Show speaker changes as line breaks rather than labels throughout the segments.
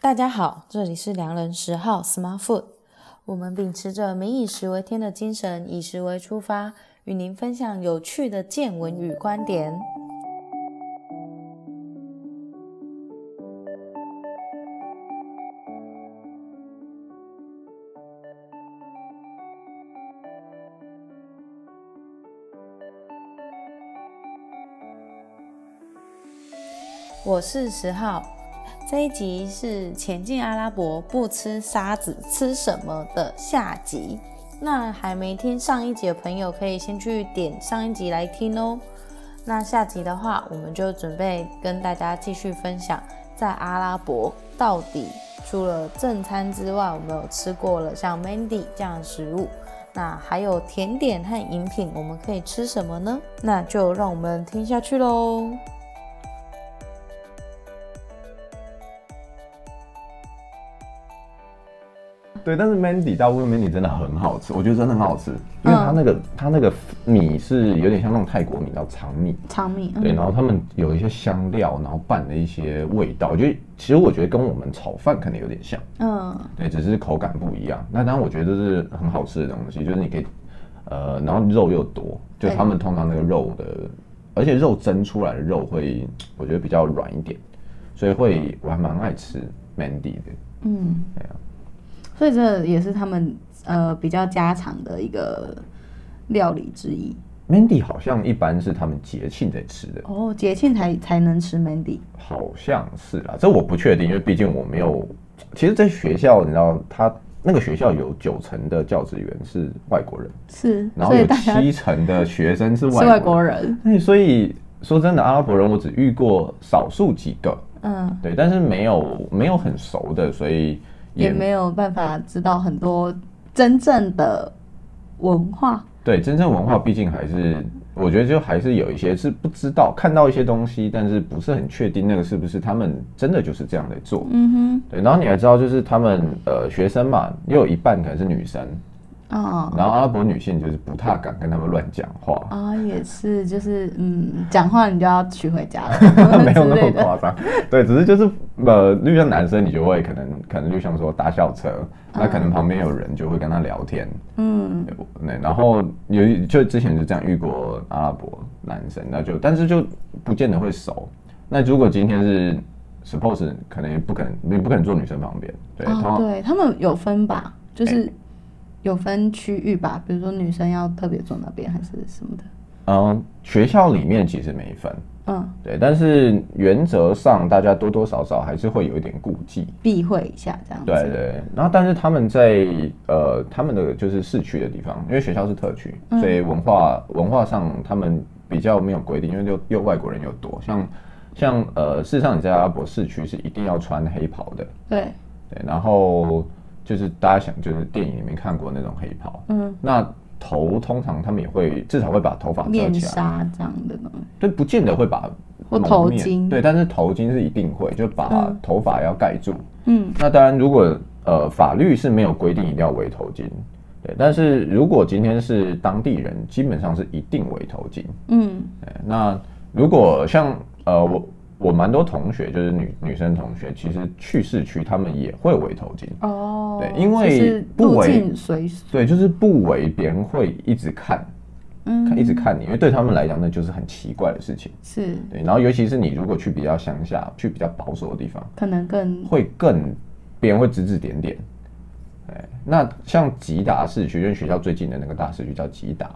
大家好，这里是良人十号 Smart Food。我们秉持着“民以食为天”的精神，以食为出发，与您分享有趣的见闻与观点。我是十号，这一集是前进阿拉伯不吃沙子吃什么的下集。那还没听上一集的朋友，可以先去点上一集来听哦。那下集的话，我们就准备跟大家继续分享，在阿拉伯到底除了正餐之外，我们有吃过了像 Mandy 这样的食物，那还有甜点和饮品，我们可以吃什么呢？那就让我们听下去喽。
对，但是 Mandy 大部分 Mandy 真的很好吃，我觉得真的很好吃，因为它那个、它那个米是有点像那种泰国米，叫长米，
长米，嗯
对，然后他们有一些香料，然后拌的一些味道，我觉得其实我觉得跟我们炒饭可能有点像，
嗯，
对，只是口感不一样。那当然我觉得这是很好吃的东西，就是你可以，呃，然后肉又多，就
对
他们通常那个肉的，而且肉蒸出来的肉会，我觉得比较软一点，所以会我还蛮爱吃 Mandy 的。嗯
啊所以这也是他们呃比较家常的一个料理之一。
Mandy 好像一般是他们节庆在吃的，
哦，节庆才才能吃 Mandy，
好像是啦，这我不确定，因为毕竟我没有。其实，在学校，你知道，他那个学校有九成的教职员是外国人，
是，
然后
所以
有
大家
七成的学生是
是
外
外
国
国
人。
人，
那所以说真的，阿拉伯人我只遇过少数几个，
嗯，
对，但是没有没有很熟的，所以
也没有办法知道很多真正的文化。
对，真正文化毕竟还是，我觉得就还是有一些是不知道，看到一些东西，但是不是很确定那个是不是他们真的就是这样来做。
嗯
对，然后你还知道，就是他们呃学生嘛，也有一半可能是女生，
哼，哦。
然后阿拉伯女性就是不太敢跟他们乱讲话，
啊、也是，就是嗯，讲话你就要娶回家 了
没有
之
那
类
么
的，
夸张。对，只是就是呃，就像男生，你就会可能可能就像说搭校车，那可能旁边有人就会跟他聊天，
嗯，
对，那然后有一就之前就这样遇过阿拉伯男生，那就但是就不见得会熟。那如果今天是 suppose 可能也不可能，你不可能坐女生旁边，对，通
哦，
常哎
对他们有分吧，就是有分区域吧，比如说女生要特别坐那边还是什么的。
嗯，学校里面其实没分，
嗯，
对，但是原则上大家多多少少还是会有一点顾忌，
避讳一下这样子。
对对。然后，但是他们在呃他们的就是市区的地方，因为学校是特区，
嗯
所以文化文化上他们比较没有规定，因为又又外国人又多，像像呃，事实上你在阿拉伯市区是一定要穿黑袍的，
对，
对，然后就是大家想就是电影里面看过那种黑袍，
嗯，
那头通常他们也会至少会把头发遮
面
起来。
纱这样的东西。
对，不见得会把
或
蒙
头
面
巾
对，但是头巾是一定会，就把头发要盖住。
嗯，
那当然，如果呃法律是没有规定一定要围头巾，对，但是如果今天是当地人，基本上是一定围头巾。
嗯，
对那如果像呃我我蛮多同学就是女女生同学，其实去市区他们也会围头巾。
哦，
对因为
就是
不
入
为
境随俗，
对，就是不围，别人会一直看，看一
嗯，
直看你，因为对他们来讲那就是很奇怪的事情。
是
对，然后尤其是你如果去比较乡下、去比较保守的地方，
可能更
会更别人会指指点点。哎，那像吉达市区，因为学校最近的那个大市区叫吉达，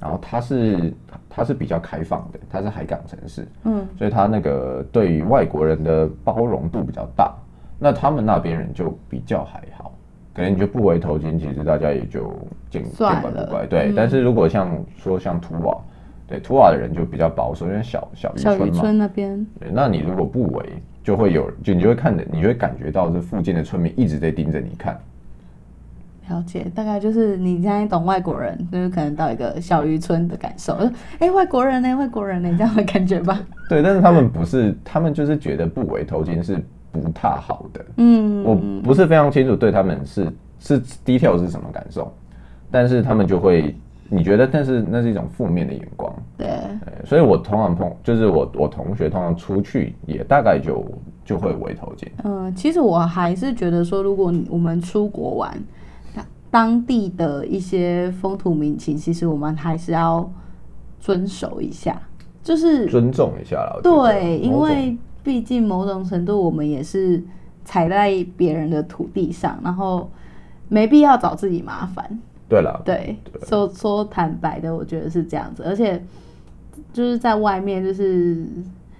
然后它是它是比较开放的，它是海港城市，
嗯，
所以它那个对于外国人的包容度比较大。那他们那边人就比较还好，可能你就不围头巾，其实大家也就见见
算
怪不
了嗯
怪。对，但是如果像说像图瓦，对图瓦的人就比较保守，因为小小渔
小渔
村嘛，
村那边，
对，那你如果不围，就会有，就你就会看着，你就会感觉到这附近的村民一直在盯着你看。
了解，大概就是你现在懂外国人，就是可能到一个小渔村的感受，哎、诶外国人呢、外国 人呢、这样的感觉吧。
对，但是他们不是，他们就是觉得不围头巾是不太好的。
嗯，
我不是非常清楚对他们是是 detail 是什么感受，但是他们就会，你觉得，但是那是一种负面的眼光。
对，
对，所以我通常碰，就是我我同学通常出去也大概就就就会围头巾。
嗯，其实我还是觉得说，如果你我们出国玩，那当地的一些风土民情，其实我们还是要遵守一下，就是
尊重一下啦。我觉得
对，因
某种
为毕竟某种程度我们也是踩在别人的土地上，然后没必要找自己麻烦。
对啦，
对，说说坦白的，我觉得是这样子，而且就是在外面，就是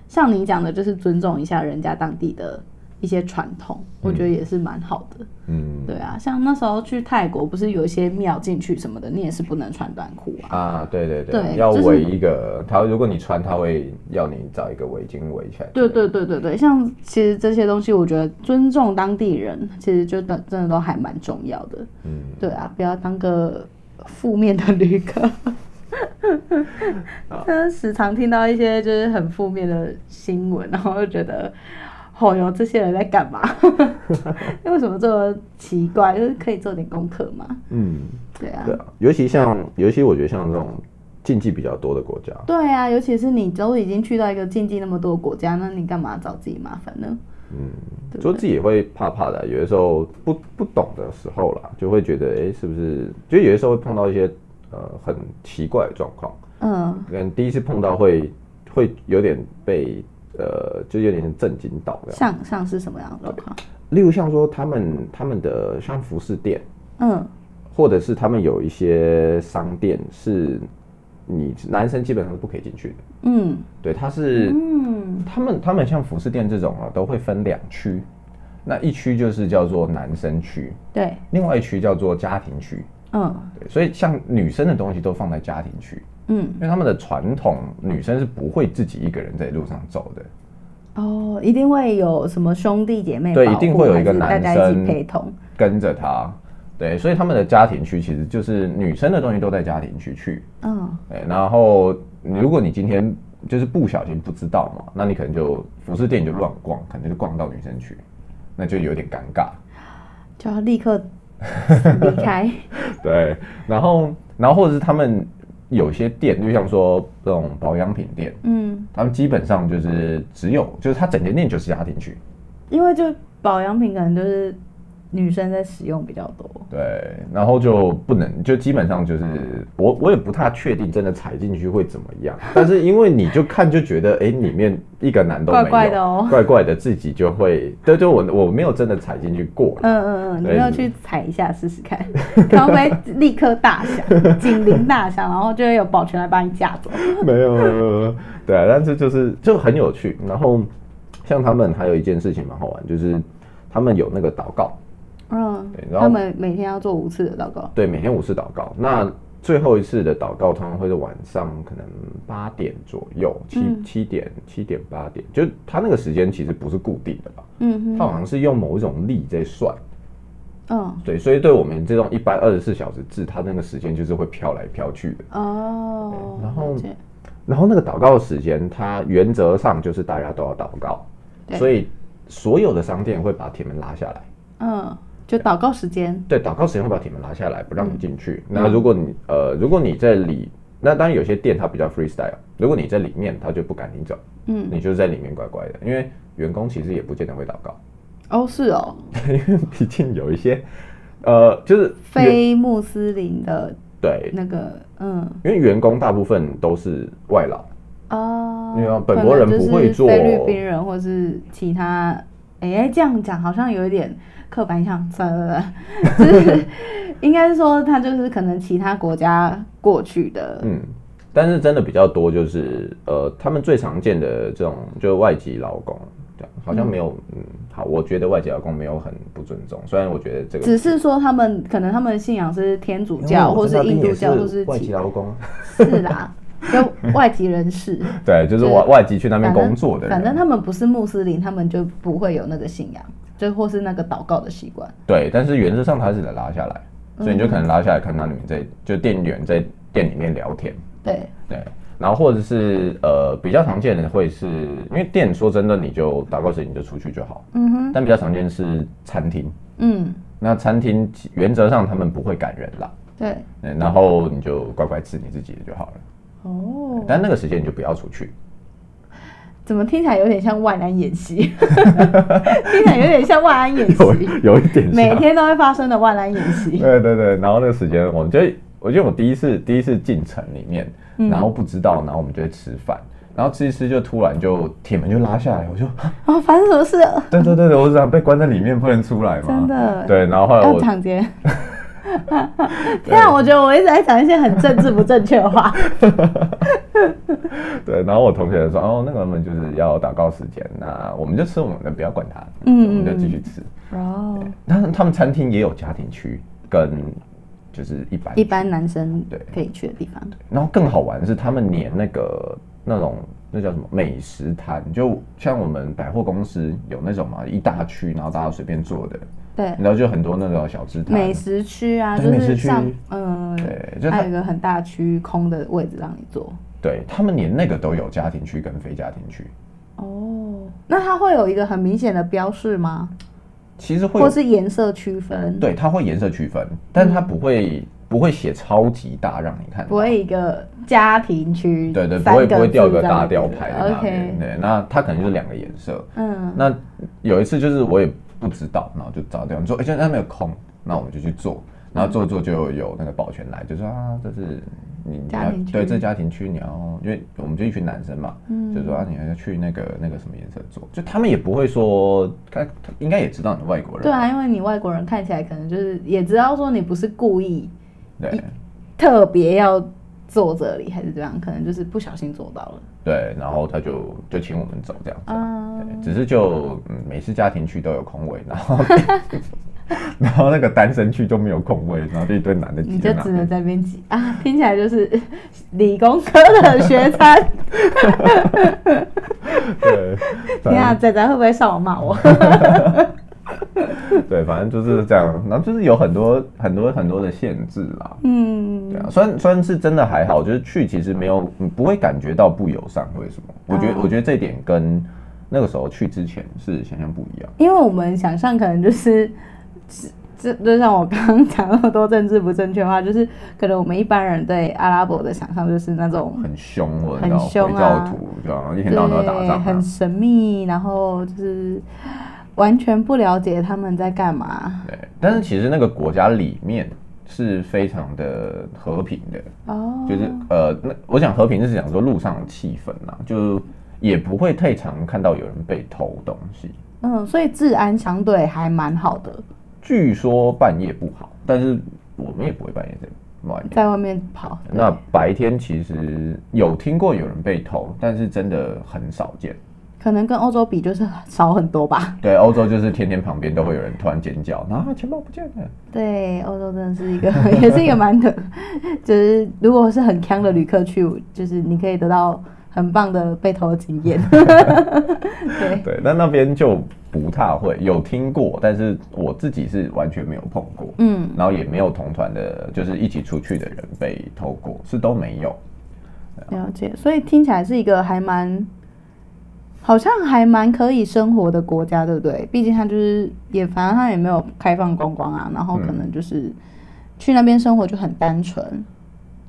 像你讲的，就是尊重一下人家当地的一些传统，我觉得也是蛮好的。
嗯
对啊，像那时候去泰国，不是有一些庙进去什么的，你也是不能穿短裤啊。
啊，对对
对
要
就是
围一个他，如果你穿，他会要你找一个围巾围起来。
对对对对对，像其实这些东西，我觉得尊重当地人，其实就真真的都还蛮重要的。
嗯，
对啊，不要当个负面的旅客。真的时常听到一些就是很负面的新闻，然后就觉得，哦哟，这些人在干嘛？为什么这么奇怪？就是可以做点功课嘛？
嗯，
对啊，
对啊，尤其像，尤其我觉得像这种禁忌比较多的国家，
对啊，尤其是你都已经去到一个禁忌那么多的国家，那你干嘛找自己麻烦呢？对
就自己也会怕怕的。有的时候不不懂的时候啦，就会觉得，哎、是不是？就有的时候会碰到一些呃很奇怪的状况，
嗯，
可能第一次碰到会会有点被呃，就有点震惊到这样。
像像是什么样的状况？
例如像说他们他们的像服饰店，
嗯，
或者是他们有一些商店是你男生基本上是不可以进去的。
嗯
对，它是
嗯
他们他们像服饰店这种啊，都会分两区，那一区就是叫做男生区，
对，
另外一区叫做家庭区。
嗯
对，所以像女生的东西都放在家庭区，
嗯，
因为他们的传统，女生是不会自己一个人在路上走的。
哦，一定会有什么兄弟姐妹
对
保
一定
护
会有一个
还
男
是大家一起
生
陪同。
跟着他，对，所以他们的家庭区其实就是女生的东西都在家庭区去，
嗯
对，哎然后如果你今天就是不小心不知道嘛，那你可能就服饰店你就乱逛，可能就逛到女生区，那就有点尴尬，
就要立刻离开。
对，然后然后或者是他们有些店，就像说这种保养品店，
嗯，
他们基本上就是只有就是他整间店就是家庭区，
因为就保养品可能就是女生在使用比较多。
对，然后就不能，就基本上就是我我也不太确定真的踩进去会怎么样，但是因为你就看就觉得，哎，里面一个男都没有，
怪怪的哦
怪怪的自己就会，对，就我我没有真的踩进去过，
嗯嗯嗯，你
对
要去踩一下试试看， 看会不会立刻大响，警铃 大响，然后就会有保全来把你架走。
没有没有，没有对啊，但是就是就很有趣。然后像他们还有一件事情蛮好玩，就是他们有那个祷告，
嗯
对，然后
他们每天要做五次的祷告。
对，每天五次祷告。那最后一次的祷告通常会是晚上可能八点左右，七
嗯
七点七点八点，就他那个时间其实不是固定的吧？
嗯
他好像是用某一种力在算，
哼，嗯，
对，所以对我们这种一般二十四小时制，他那个时间就是会飘来飘去的。
哦，
然后
了解
然后那个祷告的时间，它原则上就是大家都要祷告，
对
所以所有的商店会把铁门拉下来。
嗯，就祷告时间。
对，祷告时间会把铁门拉下来，不让你进去。那如果你呃，如果你在里，那当然有些店它比较 freestyle，如果你在里面，他就不赶你走，
嗯，
你就在里面乖乖的，因为员工其实也不见得会祷告，
哦，是哦，
因为毕竟有一些呃，就是员
非穆斯林的
对，
那个，嗯，
因为员工大部分都是外劳，
哦，
因为本国人不会做
可能就是菲律宾人或是其他，哎、这样讲好像有一点刻板印象，算了算了，就是应该是说他就是可能其他国家过去的，
嗯，但是真的比较多就是呃，他们最常见的这种就是外籍劳工。这样好像没有，嗯，好，我觉得外籍劳工没有很不尊重，虽然我觉得这个
只是说他们可能他们的信仰是天主教，或是印度教，或是
外籍
其
劳工，
是啦，就外籍人士。
对，就是
对
外外籍去那边
反正
工作的人，
反正他们不是穆斯林，他们就不会有那个信仰，就或是那个祷告的习惯。
对，但是原则上他是能拉下来，所
嗯
以你就可能拉下来看到你们在就店员在店里面聊天，
对，
对，然后或者是呃比较常见的会是因为店说真的你就打告时你就出去就好，
嗯哼，
但比较常见是餐厅，
嗯，
那餐厅原则上他们不会赶人啦，
对，
嗯然后你就乖乖吃你自己的就好了，
哦，
但那个时间你就不要出去。
怎怎么听起来有点像万安演习？ 听起来有点像万安演
有
习，
有一点像
每天都会发生的万安演习。
对对对，然后那个时间，我们就我觉得我第一次第一次进城里面，
嗯
然后不知道，然后我们就会吃饭，然后吃一吃就突然就铁门就拉下来，我就 啊
哦，发生什么事了？
对对对对，我是想被关在里面不能出来嘛，
真的
对，然后后来
要
我
抢劫！ 天啊，我觉得我一直在讲一些很政治不正确的话。
对，然后我同学说哦，那个门就是要祷告时间，那我们就吃我们的，不要管它，
嗯
我们就继续吃。
哦，
他们他们餐厅也有家庭区跟就是一般
一般男生
对
可以去的地方。
然后更好玩的是，他们连那个那种那叫什么美食摊，就像我们百货公司有那种嘛，一大区，然后大家随便做的，
对，
然后就很多那种小吃摊。
美食区啊，
对
就
美食
是
区
像嗯，
对就它
还有一个很大区空的位置让你坐。
对他们连那个都有家庭区跟非家庭区，
哦，那它会有一个很明显的标示吗？
其实会
或
有
是颜色区分？，
对它会颜色区分，但它不会、不会写超级大让你看到。
不会一个家庭区，
对对，不
三
会不会
字
掉一个
这样
大
子
吊牌在那边。
OK，
对，那它可能就是两个颜色。
嗯，
那有一次就是我也不知道，然后就找地方做，而且那边有空，那我们就去做，然后做做就有那个保全来，就说啊，这是你你
家
要
庭区
对这家庭区你要，因为我们就一群男生嘛，
嗯
就说啊你要去那个那个什么颜色做，就他们也不会说，他他应该也知道你是外国人，
对啊，因为你外国人看起来可能就是也知道说你不是故意啊
对
特别要坐这里还是怎样，可能就是不小心做到了。
对，然后他就就请我们走这样子。
嗯，
对啊只是就、嗯、每次家庭区都有空位，然 后然后那个单身区就没有空位，然后就一堆男的挤
你就
在那
只能
边。
在那边挤啊，听起来就是理工科的学渣。
对，
天啊，
反
仔仔会不会上网骂我？
正对，反正就是这样。然后就是有很多很多很多的限制啦。
嗯
对啊，虽然虽然是真的还好，就是去其实没有你不会感觉到不友善，为什么？我觉得、我觉
嗯
得这点跟那个时候去之前是想象不一样。
因为我们想象可能就是， 这就像我刚刚讲那么多政治不正确的话，就是可能我们一般人对阿拉伯的想象就是那种
很凶，我
嗯很
然后
凶
回
啊
教徒，对吧？一天
对，
到晚都要打仗、啊，
很神秘，然后就是完全不了解他们在干嘛。
对，但是其实那个国家里面是非常的和平的，
哦，
就是呃，那我想和平就是讲说路上的气氛啊，就也不会太常看到有人被偷东西。
嗯，所以治安相对还蛮好的，
据说半夜不好，但是我们也不会半夜在外面。
在外面跑。
那白天其实有听过有人被偷，但是真的很少见。
可能跟欧洲比就是少很多吧。
对，欧洲就是天天旁边都会有人突然尖叫，然后钱包不见了。
对，欧洲真的是一个， 也是一个蛮可， 就是如果是很强的旅客去，就是你可以得到很棒的被偷的经验。 对，
对，但那边就不太会，有听过，但是我自己是完全没有碰过。
嗯，
然后也没有同团的，就是一起出去的人被偷过，是都没有。
了解。所以听起来是一个还蛮，好像还蛮可以生活的国家，对不对？毕竟它就是也，反正它也没有开放观光啊，然后可能就是。去那边生活就很单纯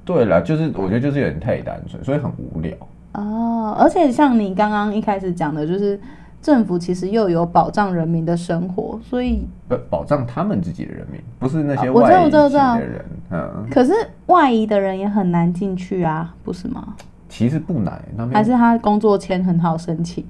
对了，就是我觉得就是有点太单纯，所以很无聊。
哦，而且像你刚刚一开始讲的，就是政府其实又有保障人民的生活，所以
不呃保障他们自己的人民，不是那些
啊我知道
外
我
籍
知道我知道
的人。嗯，
可是外移的人也很难进去啊，不是吗？
其实不难，那
还
边
是他工作签很好申请？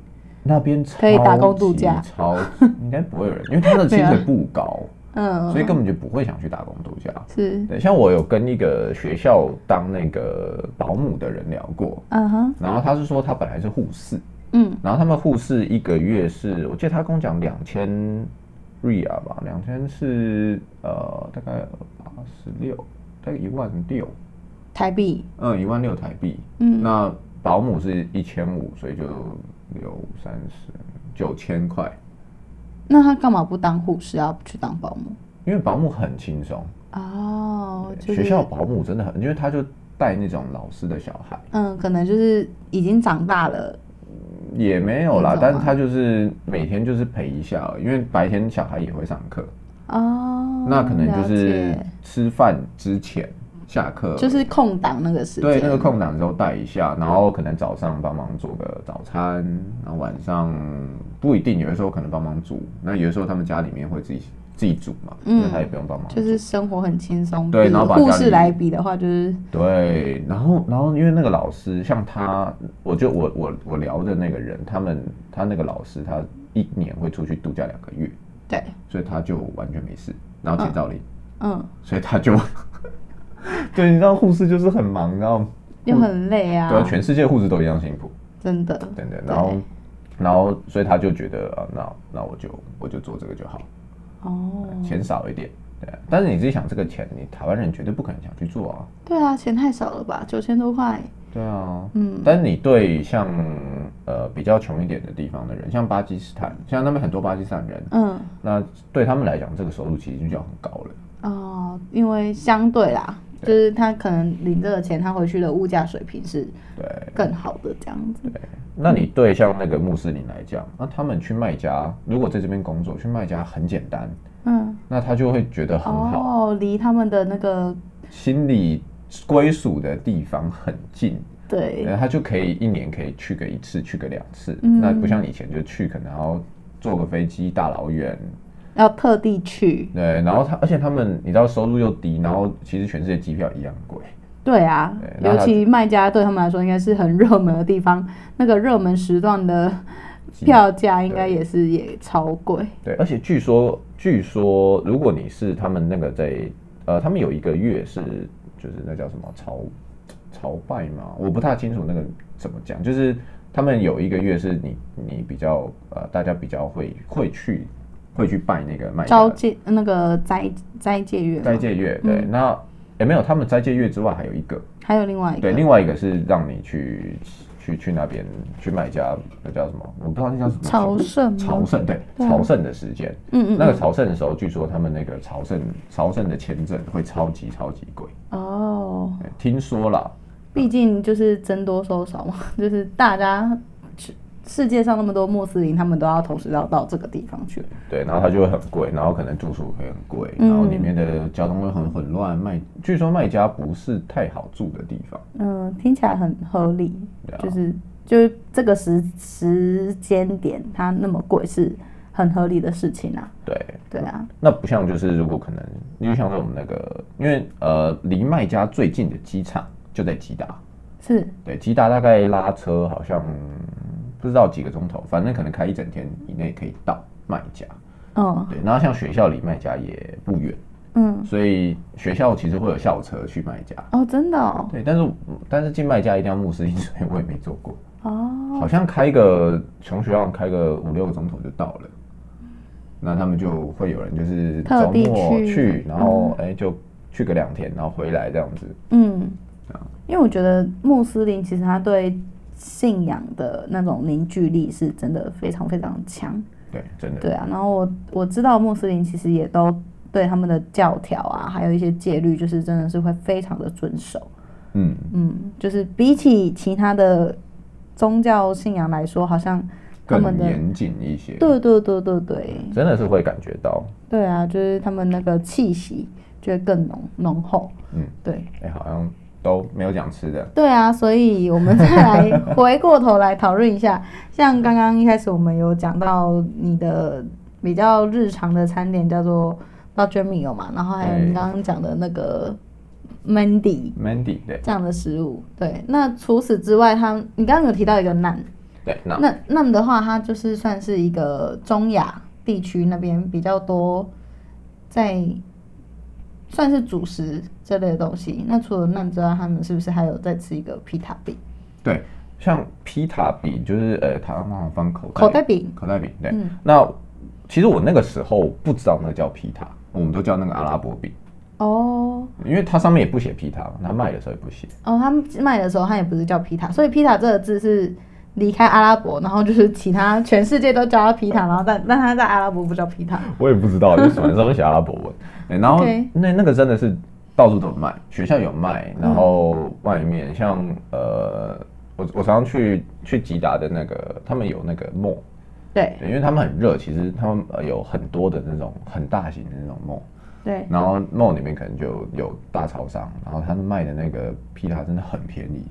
那边
可以打工
超级
度假
超应该不会有人，因为他的薪水不高，
嗯，
所以根本就不会想去打工度假。
是，
对，像我有跟一个学校当那个保姆的人聊过，
嗯哼，
然后他是说他本来是护士，
嗯，
然后他们护士一个月是，我记得他跟我讲两千 ria 吧，两千是呃大概八十六，大概一万六，
台币，
嗯，一万六台币。
嗯
那保姆是一千五，所以就六三十九千块，
那他干嘛不当护士，要去当保姆？
因为保姆很轻松，
哦，就
学
是，
校保姆真的很，因为他就带那种老师的小孩，
嗯，可能就是已经长大了，
也没有啦
你，懂
但
吗
是他就是每天就是陪一下而已，因为白天小孩也会上课。
哦，
那可能就
了
是
解
吃饭之前，下课
就是空档那个时间，
对那个空档之后带一下，然后可能早上帮忙做个早餐，然后晚上不一定，有的时候可能帮忙煮，那有的时候他们家里面会自己自己煮嘛，
嗯
那他也不用帮忙煮，
就是生活很轻松。
对
比
然后把
护
家
士
里
来比的话，就是
对，然后然后因为那个老师，像他，我就我我我聊的那个人，他们他那个老师，他一年会出去度假两个月，
对，
所以他就完全没事，然后请照例，
嗯，
所以他就， 对，你知道护士就是很忙，然后
又很累啊，
对啊，全世界护士都一样辛苦，
真的，
对对，然后然后所以他就觉得啊，那那我就我就做这个就好，
哦，
钱少一点，对啊，但是你自己想这个钱，你台湾人绝对不可能想去做啊，
对啊，钱太少了吧，九千多块，
对啊，
嗯
但你对像呃比较穷一点的地方的人，像巴基斯坦，像他们很多巴基斯坦人，
嗯，
那对他们来讲，这个收入其实就要很高了。
哦，因为相对啦，
对
就是他可能领这个钱，他回去的物价水平是
对，
更好的这样子，
那你对像那个穆斯林来讲，那他们去卖家，如果在这边工作去卖家很简单，
嗯，
那他就会觉得很好，
哦，离他们的那个
心里归属的地方很近，
对，
然后他就可以一年可以去个一次，去个两次。
嗯
那不像以前就去可能要坐个飞机大老远，
要特地去，
对，然后他，而且他们你知道收入又低，然后其实全世界机票一样贵，
对啊，
对然
尤
后他
其卖家对他们来说应该是很热门的 地方，那个热门时段的
机
票价应该也是也超贵，
对，而且据说，据说如果你是他们那个在呃，他们有一个月是就是那叫什么朝朝拜嘛，我不太清楚那个怎么讲，就是他们有一个月是你你比较呃，大家比较会会去会去拜那个卖家
招
的
借那个斋斋戒月嘛，
斋戒
嗯
月，对，那也没有，他们斋戒月之外还有一个，
还有另外一
对，
个，
另外一个是让你去去去那边去卖家，那叫什么？我不知道那叫什么。
朝圣吗
朝圣对，
对啊
朝圣的时间，
嗯嗯
那个朝圣的时候，据说他们那个朝圣朝圣的签证会超级超级贵，
哦，
对听说啦，
毕竟就是增多收少嘛， 就是大家世世界上那么多穆斯林，他们都要同时要到这个地方去。
对，然后它就会很贵，然后可能住宿会很贵，然后里面
嗯
的交通会很混乱，卖据说卖家不是太好住的地方，
嗯，听起来很合理，
对啊
就是就是这个时时间点它那么贵是很合理的事情啊。
对，
对啊，
那不像就是如果可能，因为像是我们那个，因为呃离卖家最近的机场就在吉达，
是
对，吉达大概拉车好像不知道几个钟头，反正可能开一整天以内可以到卖家。
嗯
对，然后像学校离卖家也不远，
嗯
所以学校其实会有校车去卖家。
哦，真的哦
对，但是但是进卖家一定要穆斯林，所以我也没做过，
哦
好像开个从学校开个五六个钟头就到了。那他们就会有人就是
特
周
地
末
去
去，然后哎、就去个两天，然后回来这样子。
嗯，因为我觉得穆斯林其实他对信仰的那种凝聚力是真的非常非常强。
对，真的。
对啊，然后我我知道穆斯林其实也都对他们的教条啊，还有一些戒律，就是真的是会非常的遵守。
嗯，
嗯，就是比起其他的宗教信仰来说，好像他们
更
的
严谨一些。
对对对对对
嗯真的是会感觉到，
对啊，就是他们那个气息就会更浓浓厚。
嗯，
对
哎、好像都没有讲吃的。
对啊，所以我们再来回过头来讨论 一下，像刚刚一开始我们有讲到你的比较日常的餐点叫做 l o g e m e a 嘛，然后还有你
对
刚刚讲的那个 Mandy
Mandy 对
这样的食物。对，那除此之外，它你刚刚有提到一个馕，
对，那
那馕的话，它就是算是一个中亚地区那边比较多在。算是主食这类的东西。那除了馕之外，他们是不是还有再吃一个皮塔饼？
对，像皮塔饼就是呃台湾往方口袋
口袋饼
口袋饼对。
嗯
那其实我那个时候不知道那个叫皮塔，我们都叫那个阿拉伯饼，
哦
因为它上面也不写皮塔嘛，它卖的时候也不写。
哦，他们卖的时候他也不是叫皮塔，所以皮塔这个字是离开阿拉伯，然后就是其他全世界都叫它皮塔，然后 但但他在阿拉伯不叫皮塔。
我也不知道，就什么上面写阿拉伯 文。对然后
嗯 OK
那那个真的是到处都有卖，学校有卖，然后外面像呃，我我常常去去吉达的那个，他们有那个 mall，
对，
对，因为他们很热，其实他们呃有很多的那种很大型的那种梦，
对，
然后 mall 里面可能就有大超商，然后他们卖的那个披萨真的很便宜，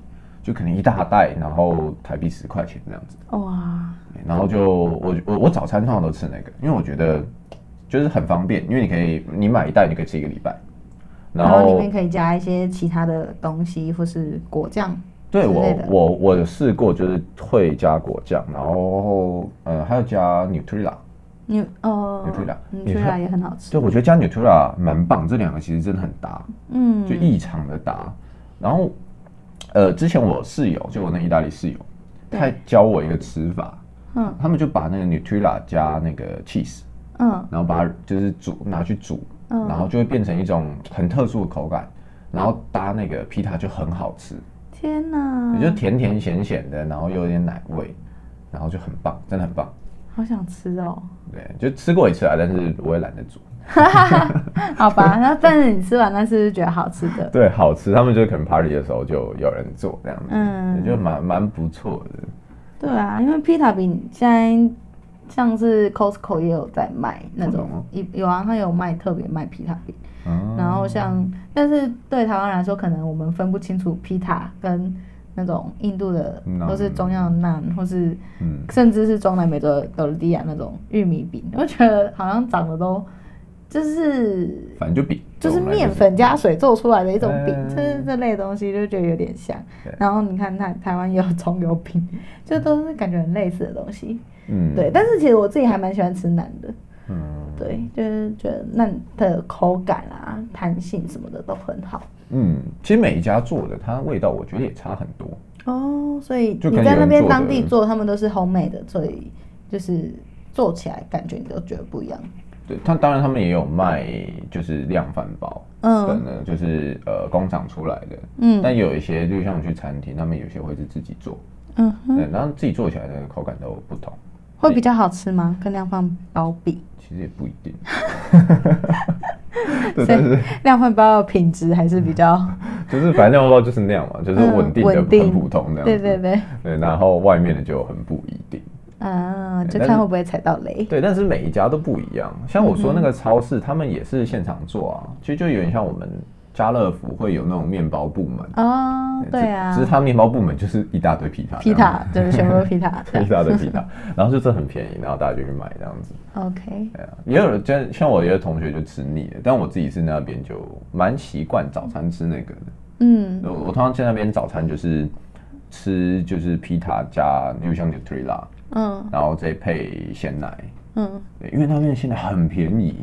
就可能一大袋，然后台币十块钱这样子。
哇，
然后就我我我早餐通常都吃那个，因为我觉得就是很方便，因为你可以你买一袋，你可以吃一个礼拜。然
然后里
后
面可以加一些其他的东西，或是果酱。
对
之类
我
的
我我有试过，就是会加果酱，然后呃还有加 Nutella。
你哦
Nutella，
你 l a 也很好吃。
对，我觉得加 Nutella 蛮棒，这两个其实真的很搭，
嗯
就异常的搭。然后呃，之前我室友就我那意大利室友，
对
他教我一个吃法，
嗯
他们就把那个 Nutella 加那个 cheese。
嗯
然后把它就是煮拿去煮，
嗯
然后就会变成一种很特殊的口感，然后搭那个皮塔就很好吃，
天哪，
也就甜甜咸咸的，然后又有点奶味，然后就很棒，真的很棒。
好想吃哦。
对，就吃过一次啊，但是我也懒得煮。
好 吧，那但是你吃完那是觉得好吃的。
对，好吃，他们就可能 party 的时候就有人做这样子，
嗯
也就蛮蛮不错的。
对啊，因为 Pita 饼现在像是 Costco 也有在卖那
真的吗
种，有有啊，它有卖特别卖 Pita 饼。
嗯，
然后像，但是对台湾来说，可能我们分不清楚皮塔跟那种印度的，
naan
或是中亚的 naan，或是
嗯
甚至是中南美洲的格鲁地亚那种玉米饼，我觉得好像长得都就是
反正就比
就是
对我们来
面
说
粉加水做出来的一种饼，
嗯
就是这类的东西就觉得有点像
对。
然后你看台台湾也有葱油饼，就都是感觉很类似的东西。
嗯
对，但是其实我自己还蛮喜欢吃南的。
嗯
对，就是觉得那的口感啊、弹性什么的都很好
嗯，其实每一家做的，它味道我觉得也差很多。
哦。所以
就
你
跟
在
有
那
人
边
做
当
的
地做，他们都是 homemade 的，所以就是做起来感觉你都觉得不一样。
对，他当然他们也有卖，就是量贩包，
嗯
等呢就是呃工厂出来的，
嗯
但有一些，就像我去餐厅，他们有些会是自己做，
嗯哼，
对，然后自己做起来的口感都不同，
会比较好吃吗？跟量贩包 比，
其实也不一定。 对，但是
量贩包的品质还是比较
就是反正量贩包就是那样嘛，就是
嗯
稳定的、
稳定
很普通这样子。
对对对
对然后外面的就很不一定。
啊，就
哎但
看
是
会不会踩到雷。
对，但是每一家都不一样。像我说那个
嗯
超市，他们也是现场做啊，其实就有点像我们家乐福会有那种面包部门。
哦，对
哎只只
啊
是，它面包部门就是一大堆皮塔，。
皮塔就是全部都皮塔
一大堆皮塔，然后就这很便宜，然后大家就去买这样子。
OK，
对啊，也有人像像我有些同学就吃腻了，但我自己是那边就蛮习惯早餐吃那个的。
嗯
我我通常去那边早餐就是吃就是皮塔加又像 Nutella，
嗯
然后再配鲜奶，
嗯，
对，因为那边的鲜奶很便宜。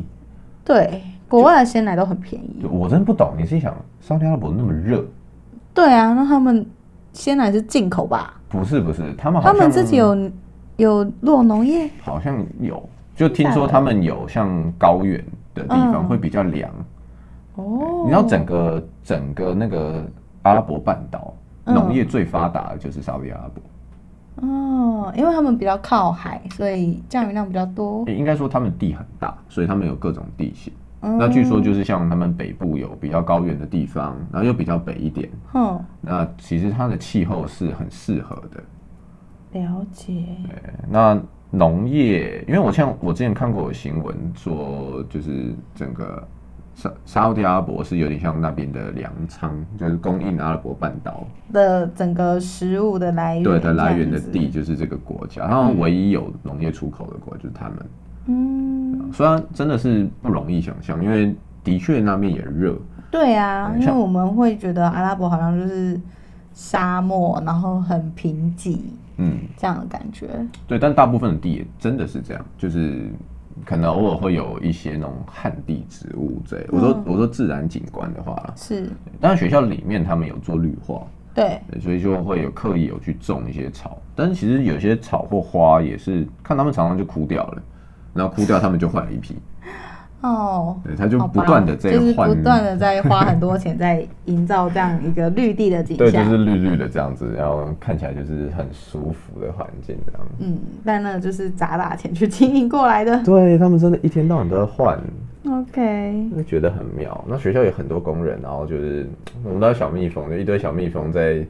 对，国外的鲜奶都很便宜
就。我真不懂，你是想沙特阿拉伯那么热？
对啊，那他们鲜奶是进口吧？
不是不是，他哦们好
他
像嗯
们自己有有做农业
好像有，就听说他们有像高原的地方
嗯
会比较凉。
哦
你知道整个整个那个阿拉伯半岛
嗯
农业最发达的就是沙特阿拉伯，
哦，因为他们比较靠海，所以降雨量比较多。
也应该说他们地很大，所以他们有各种地形。
嗯
那据说就是像他们北部有比较高原的地方，然后又比较北一点，
哼，
那其实它的气候是很适合的。
了解。
哎那农业，因为我像我之前看过有新闻说，就是整个沙沙特阿拉伯是有点像那边的粮仓，就是供应阿拉伯半岛
的整个食物的来源，
对的来源的
这样子，
地就是这个国家，然后唯一有农业出口的国家就是他们。啊
嗯，
虽然真的是不容易想象，因为的确那边也热，
对啊，
对
因为
像
我们会觉得阿拉伯好像就是沙漠，然后很贫瘠
嗯，
这样的感觉，
对，但大部分的地也真的是这样，就是可能偶尔会有一些那种旱地植物之类。我
嗯
说、我说自然景观的话啦，
是
当然学校里面他们有做绿化，
对，
对所以就会有刻意有去种一些草，但是其实有些草或花也是看他们常常就枯掉了，然后枯掉他们就换了一批，
哦，
对，他就
好
不
吧
断的在
就是
换，
不断的在花很多钱在营造这样一个绿地的 景
对，就
象。
是绿绿的这样子，然后看起来就是很舒服的环境这样。
嗯，但那就是砸大钱去经营过来的。
对他们真的，一天到晚都在换，
OK，
就觉得很妙。那学校有很多工人，然后就是我们都是小蜜蜂，就一堆小蜜蜂在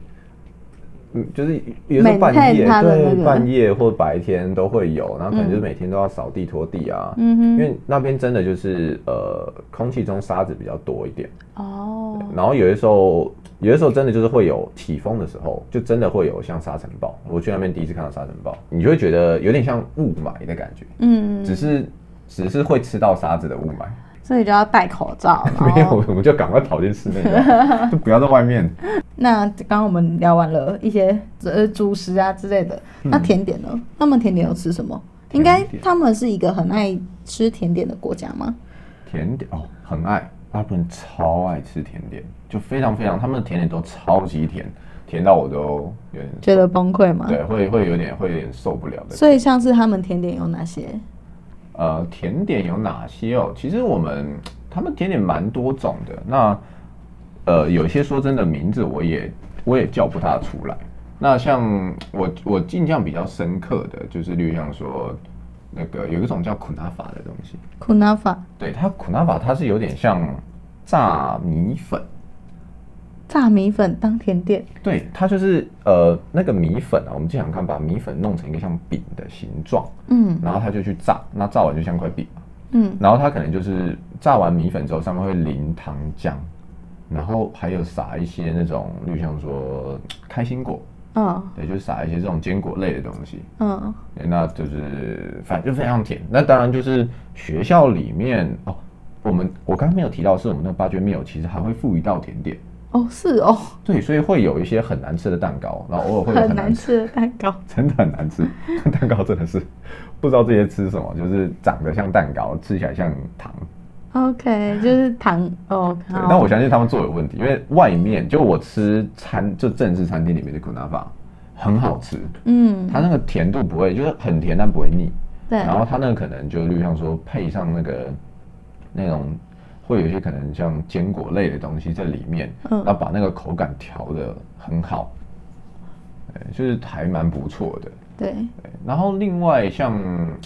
嗯，就是有时候半夜，
maintain 他的那
对，
个
半夜或白天都会有，然后可能就是每天都要扫地拖地啊，
嗯哼
因为那边真的就是呃，空气中沙子比较多一点，
哦，
然后有的时候，有的时候真的就是会有起风的时候，就真的会有像沙尘暴。我去那边第一次看到沙尘暴，你就会觉得有点像雾霾的感觉，
嗯，
只是只是会吃到沙子的雾霾。。
所以就要戴口罩
没
然后
有，我们就赶快跑进室内就好，就不要在外面。
那刚刚我们聊完了一些呃主食啊之类的，那甜点呢？他们甜点有吃什么？
嗯甜
应
点
该他们是一个很爱吃甜点的国家吗？
甜点哦，很爱，大部分超爱吃甜点，就非常非常，他们的甜点都超级甜，甜到我都有点
觉得崩溃吗？
对，会会有点会有点受不了的。
所以像是他们甜点有哪些？
呃，甜点有哪些哦？其实我们他们甜点蛮多种的。那呃，有些说真的名字我也我也叫不大出来。那像我我印象比较深刻的就是，例如像说那个有一种叫苦纳法的东西，
库纳法
对它苦纳法它是有点像炸米粉，
炸米粉当甜点，
对它就是呃那个米粉啊，我们经常看把米粉弄成一个像饼的形状，
嗯
然后它就去炸，那炸完就像块饼嘛
嗯，
然后它可能就是炸完米粉之后，上面会淋糖浆，然后还有撒一些那种，例如像说呃开心果，
哦
对，就是撒一些这种坚果类的东西，
嗯，
对那就是反正就非常甜。那当然就是学校里面哦，我们我刚刚没有提到，是我们那个八卷 meal 其实还会附一道甜点，
哦是哦，
对，所以会有一些很难吃的蛋糕，然后偶尔会有
很
很
难
难吃，
吃的蛋糕，
真的很难吃， 蛋糕真的是不知道这些吃什么，就是长得像蛋糕，吃起来像糖。
OK，就是糖哦。
对，
好
但我相信他们做有问题，因为外面就我吃餐就正式餐厅里面的苦纳法很好吃，
嗯，
它那个甜度不会就是很甜但不会腻，
对，
然后它那个可能就例如像说配上那个那种会有一些可能像坚果类的东西在里面，
嗯
然后把那个口感调的很好，对就是还蛮不错的。
对，
对然后另外像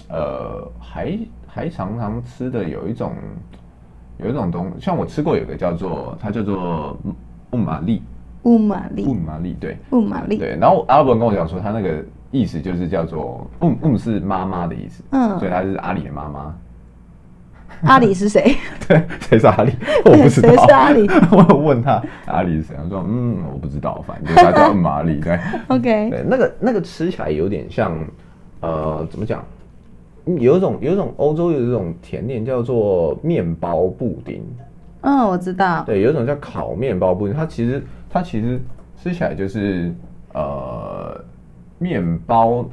呃，还还常常吃的有一种有一种东，像我吃过有个叫做它叫做雾玛丽，
雾玛
雾
丽，
玛丽对
雾玛丽，
对。然后阿拉伯人跟我讲说，他那个意思就是叫做雾雾是妈妈的意思，
嗯
所以他是阿里的妈妈。
阿里是谁？
对，谁是阿里？ 我不知道。
谁是阿里
我有问他阿里是谁，他说嗯，我不知道，反正就他叫雾玛丽。对，
？OK，
对，那个那个吃起来有点像，呃，怎么讲？嗯有一种有一种欧洲有一种甜点叫做面包布丁，
嗯，我知道，
对，有一种叫烤面包布丁，它其实它其实吃起来就是呃面包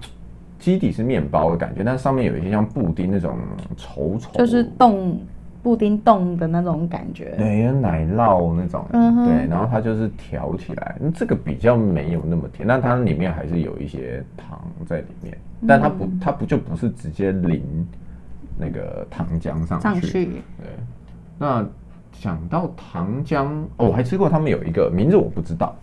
基底是面包的感觉，但上面有一些像布丁那种稠稠，
就是冻布丁冻的那种感觉。
对，有奶酪那种，
嗯哼
对，然后它就是调起来，嗯这个比较没有那么甜，但它里面还是有一些糖在里面，但它
嗯
不，它不就不是直接淋那个糖浆上去。
上去，
对，那讲到糖浆，哦，我还吃过他们有一个名字我不知道，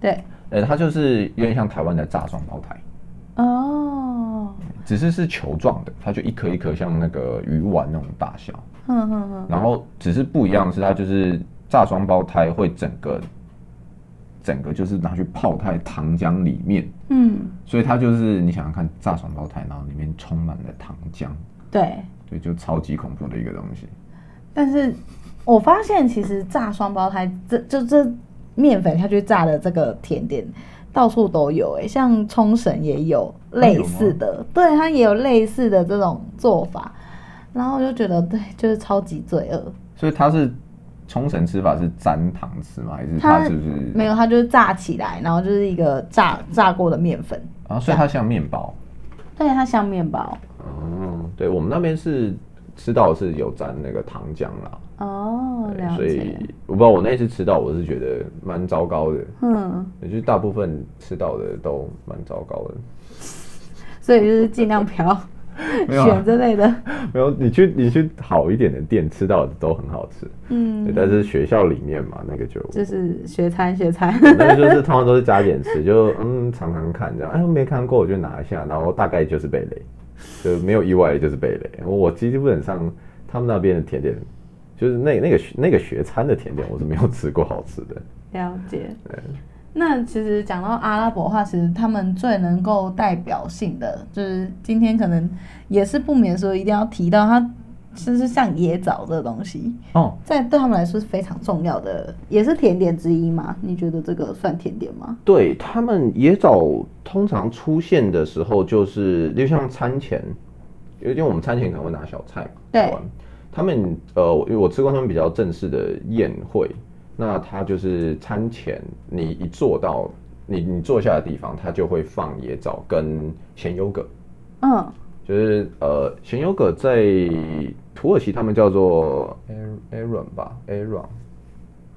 对，
呃，它就是有点像台湾的炸双胞胎，
哦，
只是是球状的，它就一颗一颗像那个鱼丸那种大小。
哼哼哼，
然后只是不一样的是，它就是炸双胞胎会整个整个就是拿去泡在糖浆里面，
嗯，
所以它就是你想想看，炸双胞胎，然后里面充满了糖浆，
对。
对，就超级恐怖的一个东西。
但是我发现，其实炸双胞胎这就这面粉下去炸的这个甜点，到处都有、欸。像冲绳也有类似的，对，它也有类似的这种做法。然后我就觉得，对，就是超级罪恶。
所以它是冲绳吃法是沾糖吃吗？还是
它
它是不是
没有，它就是炸起来，然后就是一个炸炸过的面粉，
啊？所以它像面包。
对，它像面包。
哦，对，我们那边是吃到的是有沾那个糖浆啦，
哦，
对
了
所以
解。
我不知道我那次吃到我是觉得蛮糟糕的。
嗯，
也就是大部分吃到的都蛮糟糕的。
所以就是 尽量不要
没有啊
选这类的。
没有，你去你去好一点的店吃到的都很好吃，
嗯，
对但是学校里面嘛，那个就。
就是学餐学餐。
那个就是通常都是加减吃，就嗯尝尝看这样，哎没看过我就拿一下，然后大概就是贝雷，就没有意外就是贝雷。我基本上他们那边的甜点，就是那那个那个学餐的甜点，我是没有吃过好吃的。
了解。那其实讲到阿拉伯话，其实他们最能够代表性的，就是今天可能也是不免说一定要提到它，就是像椰枣这个东西，
哦，
在对他们来说是非常重要的，也是甜点之一嘛。你觉得这个算甜点吗？
对他们野枣通常出现的时候，就是就像餐前，因为因为我们餐前可能会拿小菜嘛，
对
好玩。他们呃，我因为我吃过他们比较正式的宴会，那它就是餐前你一坐到你你坐下的地方，它就会放野枣跟咸优格，
嗯，
就是呃咸优格在土耳其他们叫做 Ar- Aaron 吧，Aaron，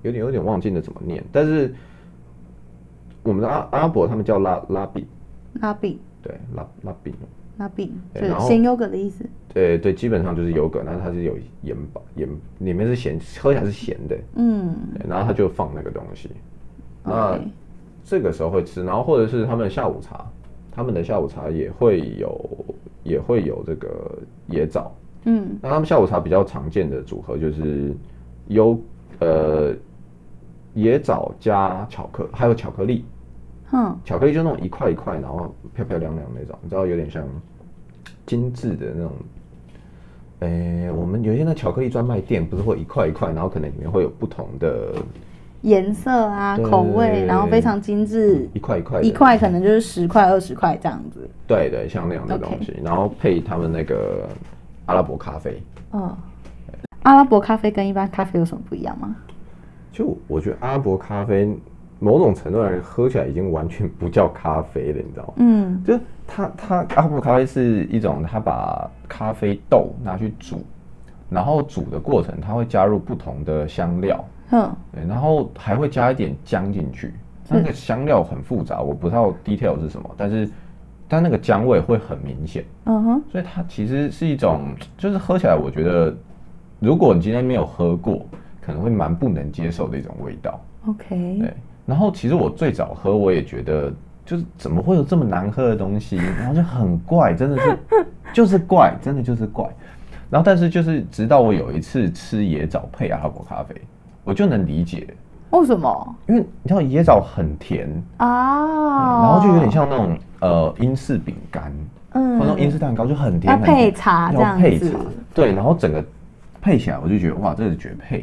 有点有点忘记了怎么念，但是我们的阿阿拉伯他们叫拉拉比，
拉饼，
对拉拉比，
拉饼就
对
是
然后
鲜优格的意思。
对对，基本上就是优格，然后它是有盐吧盐，里面是咸，喝起来是咸的，
嗯
对然后他就放那个东西，那
，OK，
这个时候会吃，然后或者是他们的下午茶，他们的下午茶也会有也会有这个野枣。
嗯，
那他们下午茶比较常见的组合就是有呃野枣加巧克，还有巧克力。
哼，
巧克力就那种一块一块，然后漂漂亮亮那种，你知道有点像精致的那种。诶、我们有一些那巧克力专卖店不是会一块一块，然后可能里面会有不同的
颜色啊，
对
口味，然后非常精致，
一块一块的
一块可能就是十块、二十块这样子。
对对，像那样的
OK
东西然后配他们那个阿拉伯咖啡。
嗯，阿拉伯咖啡跟一般咖啡有什么不一样吗？
就我觉得阿拉伯咖啡某种程度来喝起来已经完全不叫咖啡了，你知道吗？
嗯
就是它它阿拉伯咖啡是一种，它把咖啡豆拿去煮，然后煮的过程它会加入不同的香料，
嗯哼，
对，然后还会加一点姜进去。那个香料很复杂，我不知道 detail 是什么，但是但那个姜味会很明显，
嗯哼，
所以它其实是一种，就是喝起来我觉得，如果你今天没有喝过，可能会蛮不能接受的一种味道。
，OK，
对，然后其实我最早喝，我也觉得就是怎么会有这么难喝的东 西，然后就很怪，真的是就是怪，真的就是怪。然后但是就是直到我有一次吃野枣配阿拉伯咖啡，我就能理解，
为什么
因为你知道野枣很甜，
啊？
然后就有点，像那种呃英式饼干，或者那种英
嗯，
式蛋糕就很甜，
要
很甜
配茶这
要
样
配
子
茶，，对，然后整个配起来我就觉得哇，这是绝配，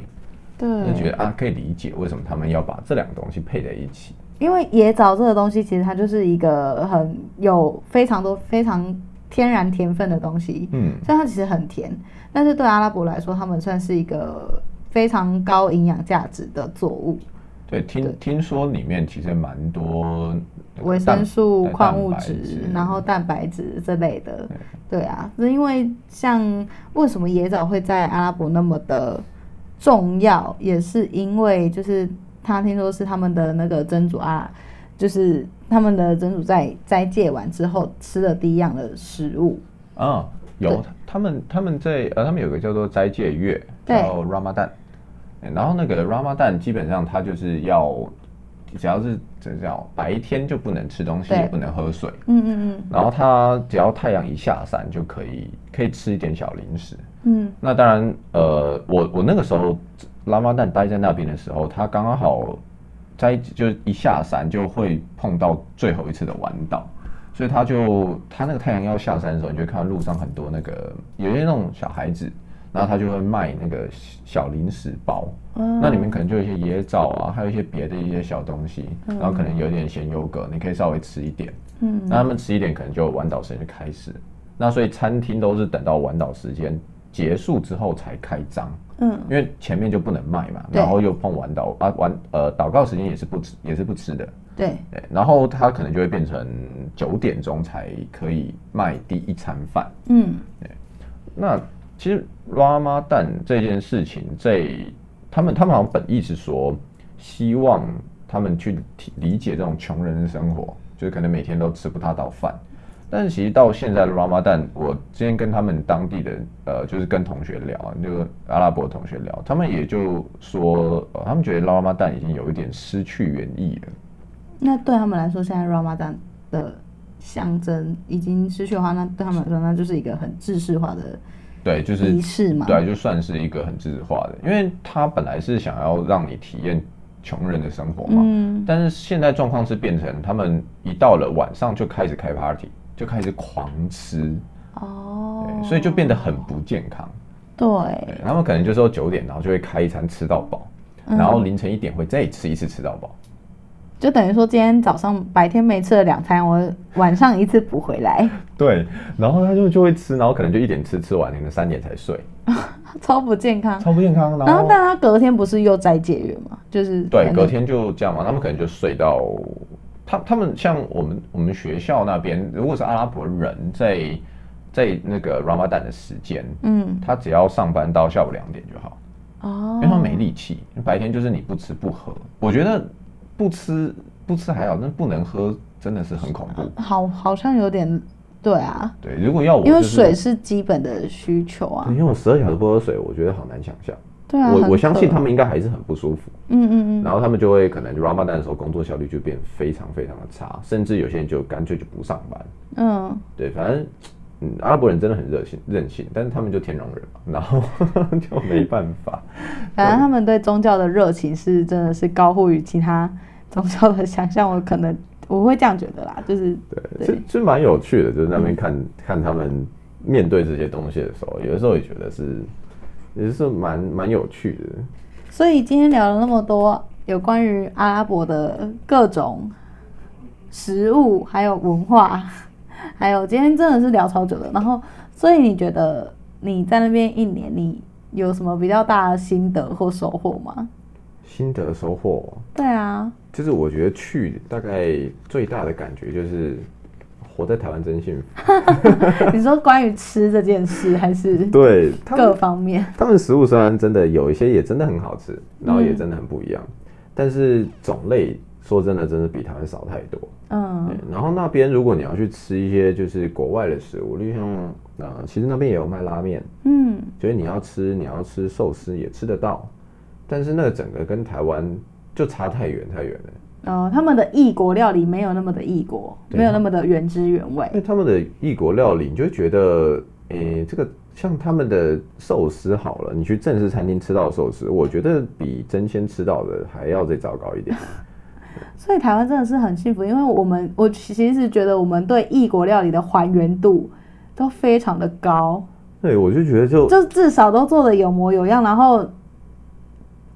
就觉
对，
得啊可以理解为什么他们要把这两个东西配在一起。
因为野枣这个东西，其实它就是一个很有非常多非常天然甜分的东西，
嗯，
虽然它其实很甜，但是对阿拉伯来说，他们算是一个非常高营养价值的作物，
对，听听说里面其实蛮多那个
维
蛋
生素、
对
矿物
蛋白
质
质，
然后蛋白质这类的。对啊，是因为像为什么野枣会在阿拉伯那么的重要，也是因为就是他听说是他们的那个真主阿拉，就是他们的真主在斋戒完之后吃的第一样的食物。
啊、
对
有他们他们在呃，他们有个叫做斋戒月，
对
叫 Ramadan，欸然后那个 Ramadan 基本上它就是要，只要是这叫白天就不能吃东西，
对
也不能喝水，
嗯嗯
然后它只要太阳一下山就可以可以吃一点小零食，
嗯
那当然，呃，我我那个时候拉玛旦待在那边的时候，他刚刚好在就是一下山就会碰到最后一次的晚岛，所以他就他那个太阳要下山的时候，你就看到路上很多那个有些那种小孩子，然后他就会卖那个小零食包，
嗯，
那里面可能就有一些椰枣啊，还有一些别的一些小东西，然后可能有点咸优格，你可以稍微吃一点。
嗯，
那他们吃一点可能就晚岛时间就开始，那所以餐厅都是等到晚岛时间结束之后才开张，
嗯
因为前面就不能卖嘛，
对
然后又碰晚岛啊晚呃祷告时间也是不吃也是不吃的，
对，
对，然后它可能就会变成九点钟才可以卖第一餐饭。
嗯
那其实拉妈蛋这件事情，在他们他们好像本意是说，希望他们去体理解这种穷人的生活，就是可能每天都吃不大到饭。但是其实到现在的拉妈蛋，我之前跟他们当地的呃，就是跟同学聊，就是阿拉伯同学聊，他们也就说，呃他们觉得拉妈蛋已经有一点失去原意了。
那对他们来说，现在 Ramadan 的象征已经失去的话，那对他们来说，那就是一个很制式化的
对，啊就是
仪式嘛。
对，就算是一个很自制化的，因为他本来是想要让你体验穷人的生活嘛。
嗯，
但是现在状况是变成他们一到了晚上就开始开 party，就开始狂吃，
哦
对，所以就变得很不健康。
对，
对他们可能就说九点，然后就会开一餐吃到饱，
嗯
然后凌晨一点会再吃一次吃到饱。
就等于说今天早上白天没吃了两餐，我晚上一次补回来，
对，然后他就就会吃，然后可能就一点吃，吃完可能三点才睡，
超不健康。
超不健康。
然后，但他隔天不是又斋戒月嘛，就是
哦对
可能
隔天就这样嘛，他们可能就睡到他他们像我们我们学校那边，如果是阿拉伯人在在那个 Ramadan 的时间，
嗯
他只要上班到下午两点就好，因为他
哦，
没力气。白天就是你不吃不喝，我觉得不吃不吃还好，但不能喝真的是很恐怖。
好好像有点对啊，
对，如果要我、就是，
因为水是基本的需求啊
对，，因为我十二小时不喝水，我觉得好难想象。
对啊，
我我
很
相
渴
信他，们应该还是很不舒服，
嗯嗯嗯，
然后他们就会可能 Ramadan 的时候工作效率就变非常非常的差，甚至有些人就干脆就不上班。
嗯，
对，反正嗯，阿拉伯人真的很热心任性，但是他们就天龙人嘛， 然后就没办法。
反正他们对宗教的热情是真的是高乎于其他宗教的想象，我可能我会这样觉得啦，就是
对，
对嗯
这这蛮有趣的，就是那边看、看他们面对这些东西的时候，有的时候也觉得是，也是蛮蛮有趣的。
所以今天聊了那么多有关于阿拉伯的各种食物，还有文化， 还有今天真的是聊超久的。然后，所以你觉得你在那边一年，你有什么比较大的心得或收获吗？
心得收获，
对啊，
就是我觉得去大概最大的感觉就是活在台湾真幸福。
你说关于吃这件事，还是
对，他
各
们
方面？
他们食物虽然真的有一些也真的很好吃，然后也真的很不一样，但是种类说真的真的比台湾少太多。
嗯
对，然后那边如果你要去吃一些就是国外的食物，例如像呃，其实那边也有卖拉面，
嗯，
所以你要吃你要吃寿司也吃得到，但是那个整个跟台湾就差太远太远了。
哦，他们的异国料理没有那么的异国，
对
没有那么的原汁原味
因。为他们的异国料理，你就会觉得，诶、这个像他们的寿司好了，你去正式餐厅吃到的寿司，我觉得比真鲜吃到的还要再糟糕一点。
所以台湾真的是很幸福，因为我们我其实觉得我们对异国料理的还原度都非常的高，
对，我就觉得就
就至少都做的有模有样，然后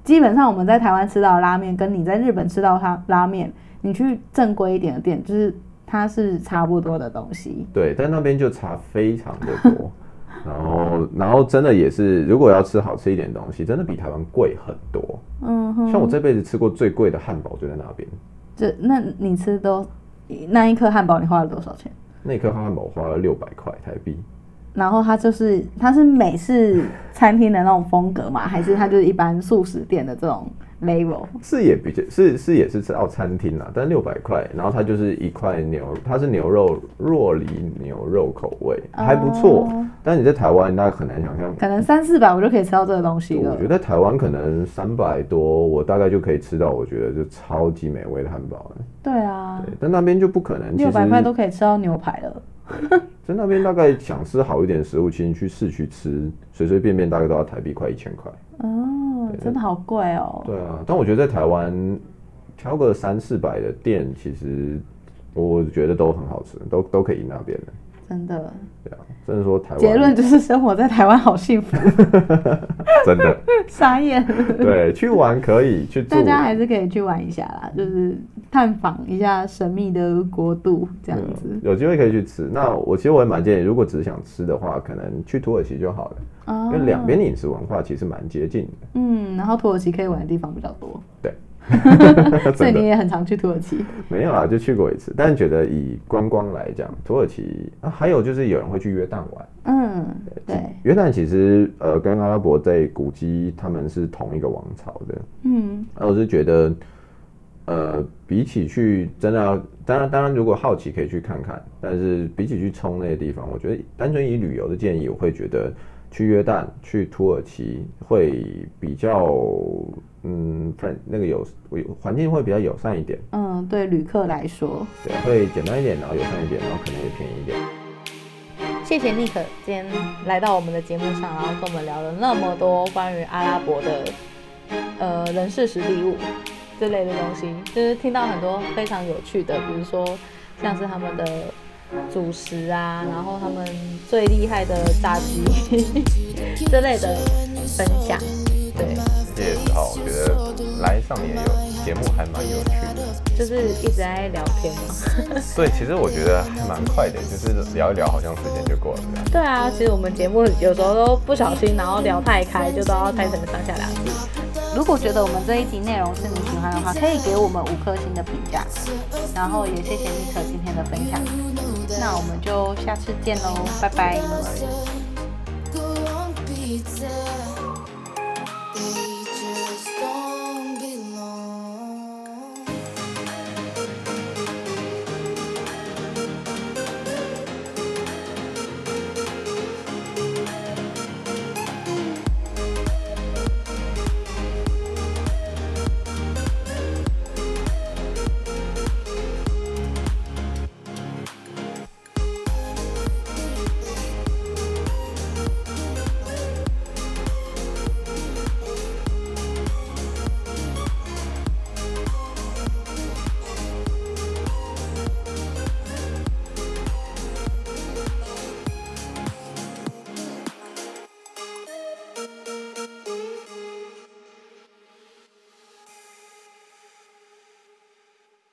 基本上我们在台湾吃到的拉面，跟你在日本吃到它拉面，你去正规一点的店，就是它是差不多的东西。
对，但那边就差非常的多。然后，然后真的也是，如果要吃好吃一点的东西，真的比台湾贵很多。
嗯哼，
像我这辈子吃过最贵的汉堡就在那边，
就那你吃都那一颗汉堡，你花了多少钱？
那一颗汉堡花了六百块台币。
然后它就是它是美式餐厅的那种风格嘛，还是它就是一般素食店的这种 level？
是也比较是是也是吃到餐厅啦，但六百块，然后它就是一块牛，它是牛肉若梨牛肉口味，还不错。
哦
但你在台湾，那很难想象。
可能三四百我就可以吃到这个东西
我
了
觉。得台湾可能三百多，我大概就可以吃到，我觉得就超级美味的汉堡了。
对啊，
对，但那边就不可能。其
六百块
实
都可以吃到牛排了。
在那边大概想吃好一点的食物，其实你去市区吃，随随便便大概都要台币快一千块。
哦，真的好贵哦。
对啊，但我觉得在台湾挑个三四百的店，其实我觉得都很好吃，都都可以赢那边的。
真的，
对啊，真的说台湾
结论就是生活在台湾好 幸福，
真的
傻眼。
对，去玩可以去住
大，家还是可以去玩一下啦，就是探访一下神秘的国度这样子。
啊有机会可以去吃。那我其实我也蛮建议，如果只是想吃的话，可能去土耳其就好了，因
哦
为啊两边的饮食文化其实蛮接近的。
嗯，然后土耳其可以玩的地方比较多，所以
啊真
你
的
也很常去土耳其。
没有啊啦，就去过一次，但觉得以观光来讲，土耳其啊，还有就是有人会去约旦玩。
嗯，对，
约旦其实呃跟阿拉伯在古迹他们是同一个王朝的，
嗯，
那我是觉得，呃，比起去真的要，当然当然，如果好奇可以去看看，但是比起去冲那些地方，我觉得单纯以旅游的建议，我会觉得去约旦、去土耳其会比较，嗯，friend 那个友有环境会比较友善一点，
嗯，对旅客来说，
对，会简单一点，然后友善一点，然后可能也便宜一点。
谢谢尼克今天来到我们的节目上，然后跟我们聊了那么多关于阿拉伯的呃人事实地物。这类的东西，就是听到很多非常有趣的，比如说像是他们的主食啊，然后他们最厉害的炸鸡这类的分享，对，
也是好，我觉得来上也有节目还蛮有趣的。
就是一直在聊天嘛。
对，其实我觉得还蛮快的，就是聊一聊，好像时间就过了这样。
对啊，其实我们节目有时候都不小心，然后聊太开，就都要拆成上下两集。
如果觉得我们这一集内容是你喜欢的话，可以给我们五颗星的评价，然后也谢谢 Nick 今天的分享，那我们就下次见喽，拜拜。